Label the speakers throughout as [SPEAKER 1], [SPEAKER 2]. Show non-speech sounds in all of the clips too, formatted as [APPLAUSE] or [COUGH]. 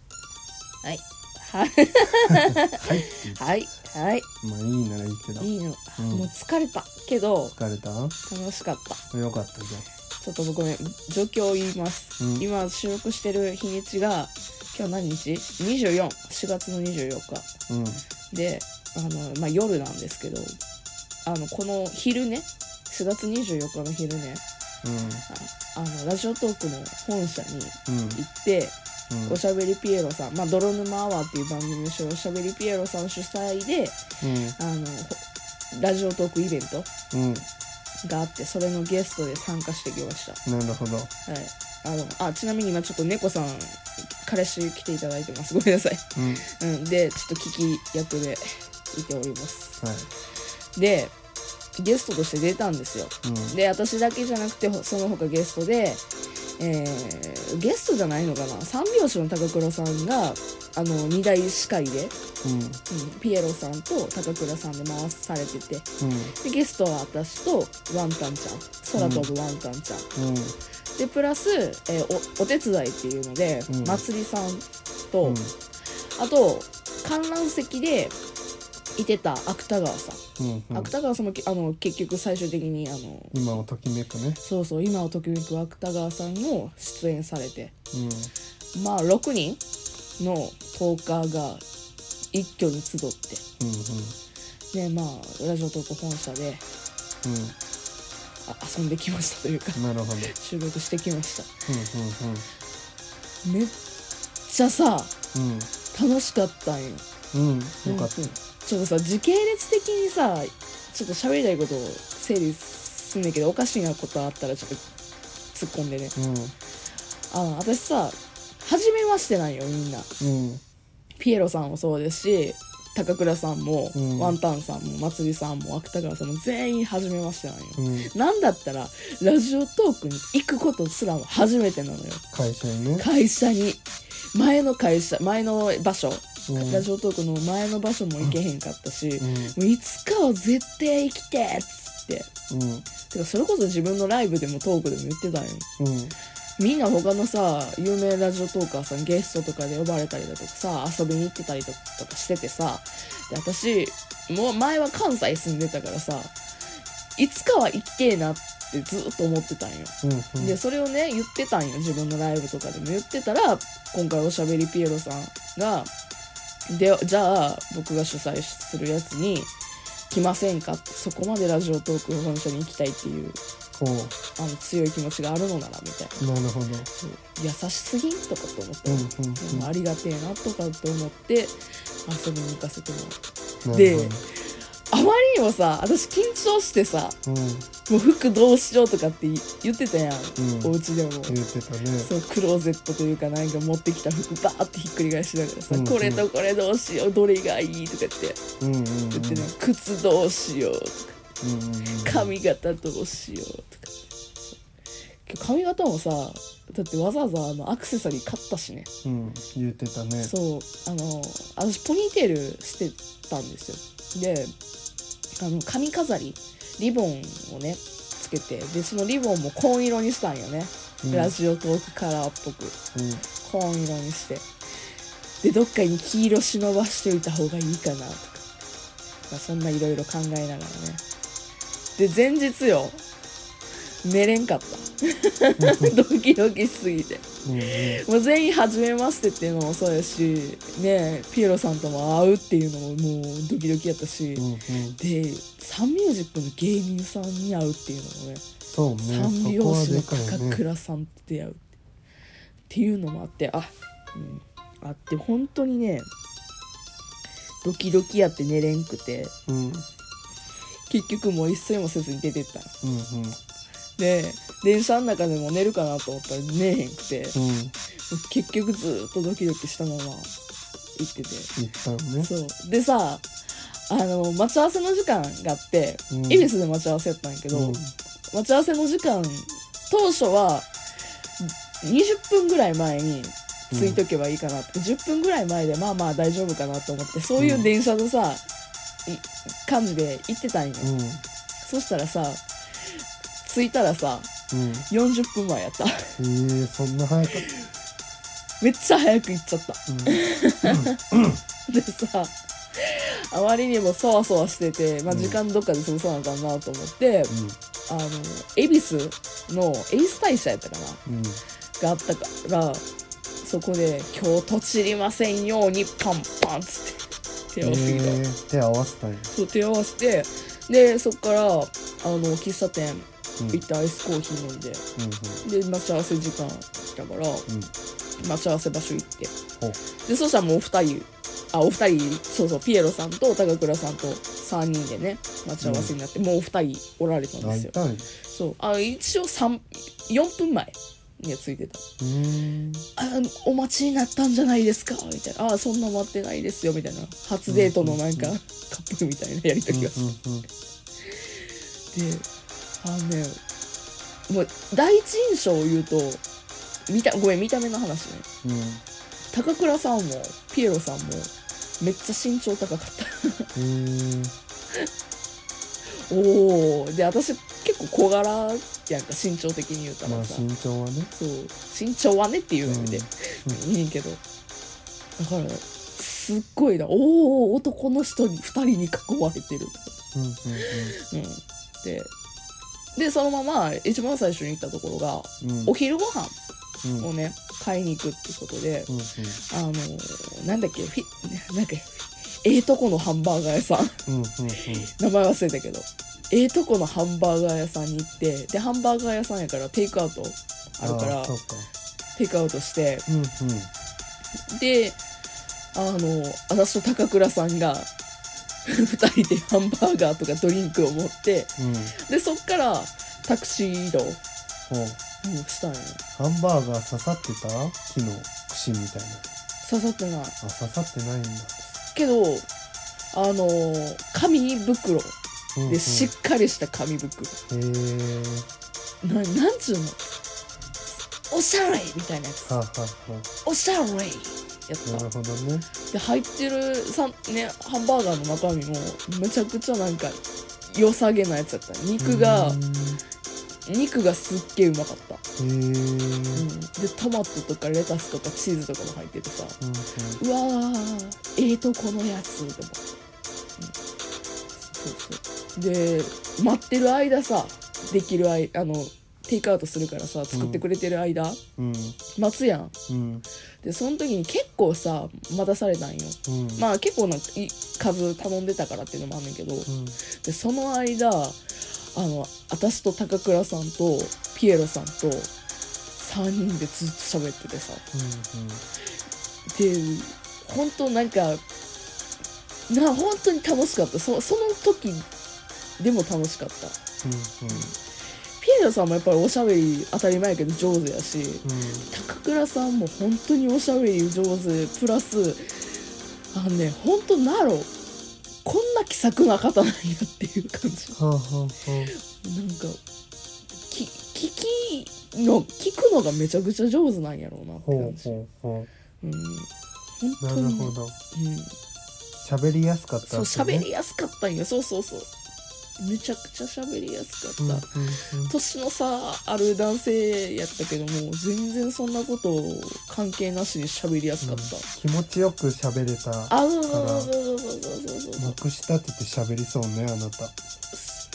[SPEAKER 1] はいはい
[SPEAKER 2] はいって言って
[SPEAKER 1] はいはい
[SPEAKER 2] まあいいならいいけど
[SPEAKER 1] いいの、
[SPEAKER 2] うん
[SPEAKER 1] もう疲れたけど
[SPEAKER 2] 疲れた
[SPEAKER 1] 楽しかった
[SPEAKER 2] よかったじ
[SPEAKER 1] ちょっとごめん状況を言います、
[SPEAKER 2] うん
[SPEAKER 1] 今収録してる日にちが今日何日 ?244 月の24日
[SPEAKER 2] ゃんうん
[SPEAKER 1] であの、まあ、夜なんですけどあのこの昼ね4月24日の昼ねああのラジオトークの本社に
[SPEAKER 2] うん
[SPEAKER 1] 行って
[SPEAKER 2] うんうん
[SPEAKER 1] おしゃべりピエロさん、まあ、泥沼アワーっていう番組でしょおしゃべりピエロさん主催であのほラジオトークイベント
[SPEAKER 2] うん
[SPEAKER 1] があってそれのゲストで参加してきました
[SPEAKER 2] うんなるほど
[SPEAKER 1] はい、あのあちなみに今ちょっと猫さん彼氏来ていただいてますごめんなさい、
[SPEAKER 2] うん
[SPEAKER 1] うん、でちょっと聞き役でいております
[SPEAKER 2] はい
[SPEAKER 1] でゲストとして出たんですよ
[SPEAKER 2] うん
[SPEAKER 1] で私だけじゃなくてほその他ゲストで、えーゲストじゃないのかな三拍子の高倉さんがあの二大司会で、
[SPEAKER 2] うん
[SPEAKER 1] うん、ピエロさんと高倉さんで回されてて
[SPEAKER 2] う
[SPEAKER 1] でゲストは私とワンタンちゃん空飛ぶワンタンちゃん
[SPEAKER 2] んうん
[SPEAKER 1] でプラス、えーおお手伝いっていうので、
[SPEAKER 2] うん
[SPEAKER 1] まつりさん
[SPEAKER 2] う
[SPEAKER 1] と、
[SPEAKER 2] ん
[SPEAKER 1] あと観覧席でいてた芥川さん、
[SPEAKER 2] うんうん
[SPEAKER 1] 芥川さんもきあの結局最終的にあの
[SPEAKER 2] 今をときめくね
[SPEAKER 1] そうそう今をときめく芥川さんも出演されて
[SPEAKER 2] うん
[SPEAKER 1] まあ6人のトーカーが一挙に集っ
[SPEAKER 2] うん
[SPEAKER 1] てでまあラジオトーク本社で
[SPEAKER 2] う
[SPEAKER 1] あ遊んできましたというか
[SPEAKER 2] んうんなるほど
[SPEAKER 1] 収録してきました
[SPEAKER 2] う
[SPEAKER 1] めっちゃさ
[SPEAKER 2] んうん
[SPEAKER 1] 楽しかったんよ
[SPEAKER 2] うんうんうんよかった
[SPEAKER 1] うんちょっとさ時系列的にさちょっと喋りたいことを整理すんねんけどおかしいなことあったらちょっと突っ込んでね
[SPEAKER 2] うん
[SPEAKER 1] あの私さ初めましてなんよみんな
[SPEAKER 2] うん
[SPEAKER 1] ピエロさんもそうですし高倉さんも、
[SPEAKER 2] うん
[SPEAKER 1] ワンタンさんもまつりさんも芥川さんも全員初めましてなんよ、
[SPEAKER 2] うん
[SPEAKER 1] なんだったらラジオトークに行くことすらも初めてなのよ
[SPEAKER 2] 会社にね
[SPEAKER 1] 会社に前の会社前の場所、
[SPEAKER 2] うん
[SPEAKER 1] ラジオトークの前の場所も行けへんかったし、
[SPEAKER 2] うん
[SPEAKER 1] もういつかは絶対生きてっつって
[SPEAKER 2] うん
[SPEAKER 1] てかそれこそ自分のライブでもトークでも言ってたんよ
[SPEAKER 2] うん
[SPEAKER 1] みんな他のさ有名ラジオトーカーさんゲストとかで呼ばれたりだとかさ遊びに行ってたりとかしててさで私もう前は関西住んでたからさいつかは行きてえなってずっと思ってたんよ
[SPEAKER 2] うんうん
[SPEAKER 1] でそれをね言ってたんよ自分のライブとかでも言ってたら今回おしゃべりピエロさんがでじゃあ僕が主催するやつに来ませんかってそこまでラジオトーク本社に行きたいっていう
[SPEAKER 2] おう
[SPEAKER 1] あの強い気持ちがあるのならみたいな
[SPEAKER 2] なるほど
[SPEAKER 1] そう優しすぎんとかと思って、
[SPEAKER 2] うんうん
[SPEAKER 1] でもありがてえなとかって思って遊びに行かせてもらう
[SPEAKER 2] うん
[SPEAKER 1] で
[SPEAKER 2] なる
[SPEAKER 1] あまりにもさ私緊張してさ
[SPEAKER 2] ほどうん
[SPEAKER 1] もう服どうしようとかって言ってたやん、
[SPEAKER 2] うん
[SPEAKER 1] お家でも。
[SPEAKER 2] 言ってたね
[SPEAKER 1] そうクローゼットというかなんか持ってきた服バーってひっくり返しながらさ、
[SPEAKER 2] うんうん
[SPEAKER 1] これとこれどうしようどれがいいとかって
[SPEAKER 2] うんうんうん
[SPEAKER 1] 言ってね、靴どうしようと
[SPEAKER 2] うんうんうん
[SPEAKER 1] か髪型どうしようとか今日髪型もさだってわざわざあのアクセサリー買ったしね
[SPEAKER 2] うん言ってたね
[SPEAKER 1] そうあの私ポニーテールしてたんですよであの髪飾りリボンをねつけてでそのリボンも紺色にしたんよね、
[SPEAKER 2] うん
[SPEAKER 1] ラジオトークカラーっぽく
[SPEAKER 2] うん
[SPEAKER 1] 紺色にしてでどっかに黄色忍ばしておいた方がいいかなとか、まあ、そんないろいろ考えながらねで前日よ寝れんかったドキドキしすぎて
[SPEAKER 2] うんうん
[SPEAKER 1] もう全員初めましてっていうのもそうやしねえピエロさんとも会うっていうのももうドキドキやったし、
[SPEAKER 2] うんうん
[SPEAKER 1] でサンミュージックの芸人さんに会うっていうのもね
[SPEAKER 2] そうね
[SPEAKER 1] 三拍
[SPEAKER 2] そこは
[SPEAKER 1] 子の
[SPEAKER 2] でかい
[SPEAKER 1] 高
[SPEAKER 2] ね
[SPEAKER 1] 倉さんと出会うっていうのもあってあ、うん、あって本当にねドキドキやって寝れんくて
[SPEAKER 2] うんうん
[SPEAKER 1] 結局もう一睡もせずに出てった
[SPEAKER 2] うん
[SPEAKER 1] で電車の中でも寝るかなと思ったら寝えへんくて
[SPEAKER 2] うん
[SPEAKER 1] 結局ずーっとドキドキしたまま行ってて
[SPEAKER 2] 行ったのね
[SPEAKER 1] そうでさあの待ち合わせの時間があって、
[SPEAKER 2] うん
[SPEAKER 1] 恵比寿で待ち合わせやったんやけど、
[SPEAKER 2] うん
[SPEAKER 1] 待ち合わせの時間当初は20分ぐらい前に着いとけばいいかなって、10分ぐらい前でまあまあ大丈夫かなと思ってそういう電車のさ、い感じで行ってたんよ、
[SPEAKER 2] うん
[SPEAKER 1] そしたらさ着いたらさ
[SPEAKER 2] うん
[SPEAKER 1] 40分前やった [LAUGHS]
[SPEAKER 2] ええそんな早かっ
[SPEAKER 1] めっちゃ早く行っちゃったでさあまりにもそわそわしてて、まあ、
[SPEAKER 2] うん
[SPEAKER 1] 時間どっかで潰さなあかんなと思って、あの恵比寿の恵比寿大社やったかな
[SPEAKER 2] うんうん
[SPEAKER 1] があったからそこで「今日とちりませんようにパンパン」っつって手を合わせてきた、
[SPEAKER 2] えー手合わせたんや
[SPEAKER 1] そう手を合わせてでそっからあの喫茶店
[SPEAKER 2] うん
[SPEAKER 1] 行ってアイスコーヒー飲んで
[SPEAKER 2] う
[SPEAKER 1] で待ち合わせ時間来たから
[SPEAKER 2] んうん
[SPEAKER 1] 待ち合わせ場所行って
[SPEAKER 2] ほう
[SPEAKER 1] でそしたらもうお二人あお二人そうそうピエロさんと高倉さんと3人でね待ち合わせになって、もうお二人おられたんです
[SPEAKER 2] 大
[SPEAKER 1] よ
[SPEAKER 2] 体う
[SPEAKER 1] そうあ一応4分前にはついてた
[SPEAKER 2] ーん
[SPEAKER 1] あお待ちになったんじゃないですかみたいなあそんな待ってないですよみたいな初デートのなんか、
[SPEAKER 2] うんうんう
[SPEAKER 1] カップルみたいなやりときが
[SPEAKER 2] うんうんうん
[SPEAKER 1] であのねもう第一印象を言うと見たごめん見た目の話ね
[SPEAKER 2] うん
[SPEAKER 1] 高倉さんもピエロさんもめっちゃ身長高かった
[SPEAKER 2] えー
[SPEAKER 1] おおで私結構小柄やんか身長的に言うた
[SPEAKER 2] まあ
[SPEAKER 1] らさ、
[SPEAKER 2] 身長はね
[SPEAKER 1] そう身長はねっていうので、
[SPEAKER 2] う
[SPEAKER 1] いいけどだからすっごいなおお男の人に2人に囲まれてる
[SPEAKER 2] うんうんうん
[SPEAKER 1] うんででそのまま一番最初に行ったところが
[SPEAKER 2] うん
[SPEAKER 1] お昼ご飯
[SPEAKER 2] うんうん
[SPEAKER 1] をね買いに行くってことで
[SPEAKER 2] うん
[SPEAKER 1] あのーなんだっけフィなんだっけええとこのハンバーガー屋さん [LAUGHS]
[SPEAKER 2] うんうんうん
[SPEAKER 1] 名前忘れたけどええとこのハンバーガー屋さんに行ってでハンバーガー屋さんやからテイクアウトあるから
[SPEAKER 2] ーそうか
[SPEAKER 1] テイクアウトして
[SPEAKER 2] うんうん
[SPEAKER 1] であの私と高倉さんが [LAUGHS] 2人でハンバーガーとかドリンクを持って
[SPEAKER 2] うん
[SPEAKER 1] でそっからタクシー移動
[SPEAKER 2] ほう
[SPEAKER 1] うんしたんよ
[SPEAKER 2] ハンバーガー刺さってた木の串みたいな
[SPEAKER 1] 刺さってない
[SPEAKER 2] あ刺さってないんだ
[SPEAKER 1] けどあの紙袋
[SPEAKER 2] うんうん
[SPEAKER 1] でしっかりした紙袋、
[SPEAKER 2] へー
[SPEAKER 1] ななんちゅうのおしゃれみたいなやつ
[SPEAKER 2] はあはあは
[SPEAKER 1] おしゃれやっ
[SPEAKER 2] あな
[SPEAKER 1] た
[SPEAKER 2] るほどね
[SPEAKER 1] で入ってるさねハンバーガーの中身もめちゃくちゃなんか良さげなやつだった肉が、
[SPEAKER 2] うーん
[SPEAKER 1] 肉がすっげえうまかった、
[SPEAKER 2] へー
[SPEAKER 1] でトマトとかレタスとかチーズとかも入っててさ
[SPEAKER 2] うんうん
[SPEAKER 1] うわーええとこのやつと思って、うんそうそうで待ってる間さできる間あのテイクアウトするからさ作ってくれてる間、
[SPEAKER 2] うん
[SPEAKER 1] 待つやん
[SPEAKER 2] うん
[SPEAKER 1] でその時に結構さ待たされたんよ
[SPEAKER 2] うん
[SPEAKER 1] まあ結構ない数頼んでたからっていうのもあんねんけど
[SPEAKER 2] うん
[SPEAKER 1] でその間あの私と高倉さんとピエロさんと3人でずっと喋っててさ
[SPEAKER 2] う
[SPEAKER 1] で本当なんかな本当に楽しかったそその時でも楽しかった
[SPEAKER 2] んうん
[SPEAKER 1] ピエロさんもやっぱりおしゃべり当たり前やけど上手やし
[SPEAKER 2] うんうん
[SPEAKER 1] 高倉さんも本当におしゃべり上手プラスあのね本当なろこんな気さくな方なんやっていう感じ
[SPEAKER 2] はあはあは
[SPEAKER 1] なんかき聞きの聞くのがめちゃくちゃ上手なんやろうな
[SPEAKER 2] あ
[SPEAKER 1] って
[SPEAKER 2] ほ
[SPEAKER 1] 感
[SPEAKER 2] う
[SPEAKER 1] じ、
[SPEAKER 2] ほうほ
[SPEAKER 1] うん、
[SPEAKER 2] う
[SPEAKER 1] 本
[SPEAKER 2] な
[SPEAKER 1] 当に
[SPEAKER 2] るほど
[SPEAKER 1] うん、
[SPEAKER 2] 喋りやすかった
[SPEAKER 1] そう
[SPEAKER 2] わけね
[SPEAKER 1] 喋りやすかったんよそうそうそうめちゃくちゃ喋りやすかった、
[SPEAKER 2] うんうん
[SPEAKER 1] 年の差ある男性やったけども全然そんなこと関係なしに喋りやすか
[SPEAKER 2] う
[SPEAKER 1] っ
[SPEAKER 2] ん
[SPEAKER 1] た、
[SPEAKER 2] 気持ちよく喋れた
[SPEAKER 1] あそうそうそうそうそうそうそうそう
[SPEAKER 2] まくし立てて喋りそうねあなた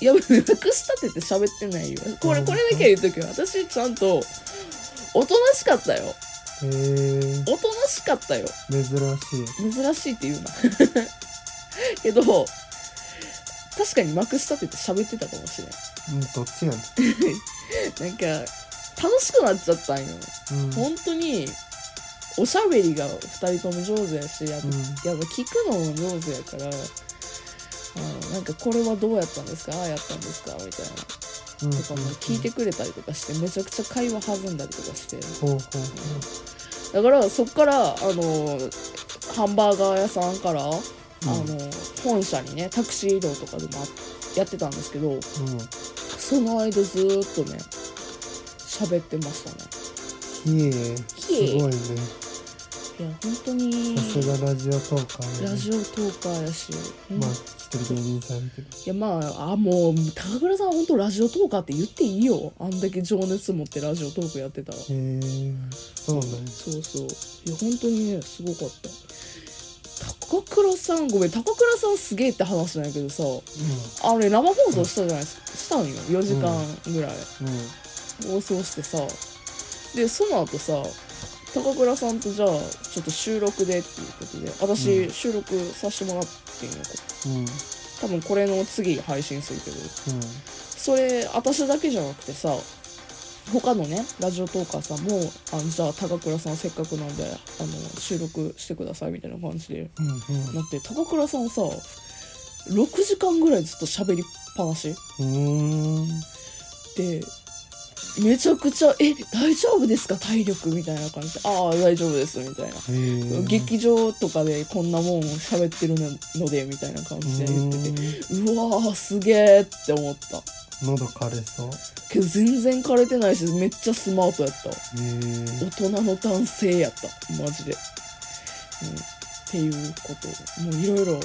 [SPEAKER 1] いや隠し立てて喋ってないよこれこれだけは言うときは私ちゃんとおとなしかったよ
[SPEAKER 2] へえ
[SPEAKER 1] おとなしかったよ
[SPEAKER 2] 珍しい
[SPEAKER 1] 珍しいって言うな [LAUGHS] けど確かに幕下ってて喋ってたかもしれ
[SPEAKER 2] うんどっちやね
[SPEAKER 1] んなんか楽しくなっちゃったんよ
[SPEAKER 2] うん
[SPEAKER 1] 本当におしゃべりが2人とも上手やしやっぱ,、
[SPEAKER 2] うん
[SPEAKER 1] やっぱ聞くのも上手やからあなんかこれはどうやったんですかああやったんですかみたいな
[SPEAKER 2] うん
[SPEAKER 1] とかも聞いてくれたりとかしてめちゃくちゃ会話弾んだりとかして
[SPEAKER 2] ほうほうほ
[SPEAKER 1] だからそっからあのハンバーガー屋さんから
[SPEAKER 2] う
[SPEAKER 1] あの本社にねタクシー移動とかでもあやってたんですけど
[SPEAKER 2] うんうん
[SPEAKER 1] その間ずーっとね喋ってましたね
[SPEAKER 2] ひえすごいね
[SPEAKER 1] いや本当に
[SPEAKER 2] さすがラジオトーカーやね
[SPEAKER 1] ラジオトーカーやし、うん
[SPEAKER 2] まあ
[SPEAKER 1] い
[SPEAKER 2] 一人芸人さんやけど
[SPEAKER 1] やまああもう高倉さんは本当ラジオトーカーって言っていいよあんだけ情熱持ってラジオトークやってたら
[SPEAKER 2] へえそうなんや
[SPEAKER 1] そうそういや本当にねすごかった高倉さんごめん高倉さんすげえって話なんやけどさあれ生放送したじゃないですかしたんよ4時間ぐらい
[SPEAKER 2] うんう
[SPEAKER 1] 放
[SPEAKER 2] ん
[SPEAKER 1] 送してさでその後さ高倉さんとじゃあちょっと収録でっていうことで私
[SPEAKER 2] う
[SPEAKER 1] 収録させてもらってんよ
[SPEAKER 2] うん
[SPEAKER 1] 多分これの次配信するけど
[SPEAKER 2] うん
[SPEAKER 1] それ私だけじゃなくてさ他のねラジオトーカーさんもあのじゃあ高倉さんせっかくなんであの収録してくださいみたいな感じで
[SPEAKER 2] うん
[SPEAKER 1] なって高倉さんさ6時間ぐらいずっと喋りっぱなし
[SPEAKER 2] うんうーん
[SPEAKER 1] でめちゃくちゃ「え大丈夫ですか体力」みたいな感じで「ああ大丈夫です」みたいな。
[SPEAKER 2] へえ
[SPEAKER 1] 劇場とかでこんなもん喋ってるのでみたいな感じで言ってて
[SPEAKER 2] て
[SPEAKER 1] うわーすげえって思った
[SPEAKER 2] 喉枯れそう
[SPEAKER 1] けど全然枯れてないしめっちゃスマートやった
[SPEAKER 2] へ
[SPEAKER 1] 大
[SPEAKER 2] え
[SPEAKER 1] 人の男性やったマジで、うん、っていうこともういろいろ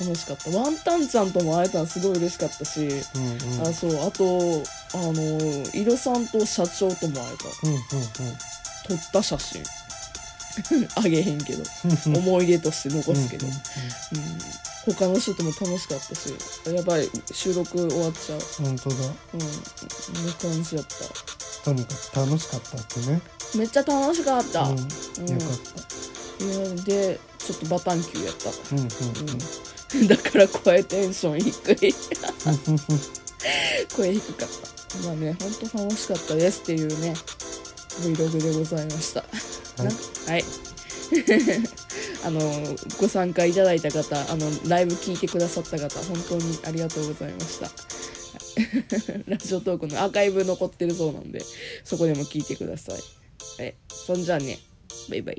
[SPEAKER 1] 楽しかったワンタンちゃんとも会えたのすごい嬉しかったし、
[SPEAKER 2] うんうんうん
[SPEAKER 1] あそうあとあの井戸さんと社長とも会え
[SPEAKER 2] うんうん
[SPEAKER 1] た撮った写真 [LAUGHS] あげへんけど
[SPEAKER 2] うん
[SPEAKER 1] 思い出として残すけど、
[SPEAKER 2] う
[SPEAKER 1] うん
[SPEAKER 2] うん
[SPEAKER 1] 他の人とも楽しかったしやばい収録終わっちゃう
[SPEAKER 2] うん、本当だ
[SPEAKER 1] うんの感じだった
[SPEAKER 2] とにかく楽しかったってね
[SPEAKER 1] めっちゃ楽しかった、
[SPEAKER 2] うん、
[SPEAKER 1] うん
[SPEAKER 2] よかった
[SPEAKER 1] いやでちょっとバタンキューやった、
[SPEAKER 2] うんうん
[SPEAKER 1] うん、 [LAUGHS] だから声テンション低い [LAUGHS] 声低かったまあね本当楽しかったですっていうね Vlog でございました
[SPEAKER 2] うんはい
[SPEAKER 1] はい [LAUGHS] あのご参加いただいた方あのライブ聞いてくださった方本当にありがとうございました [LAUGHS] ラジオトークのアーカイブ残ってるそうなんでそこでも聞いてくださいえそんじゃあねバイバイ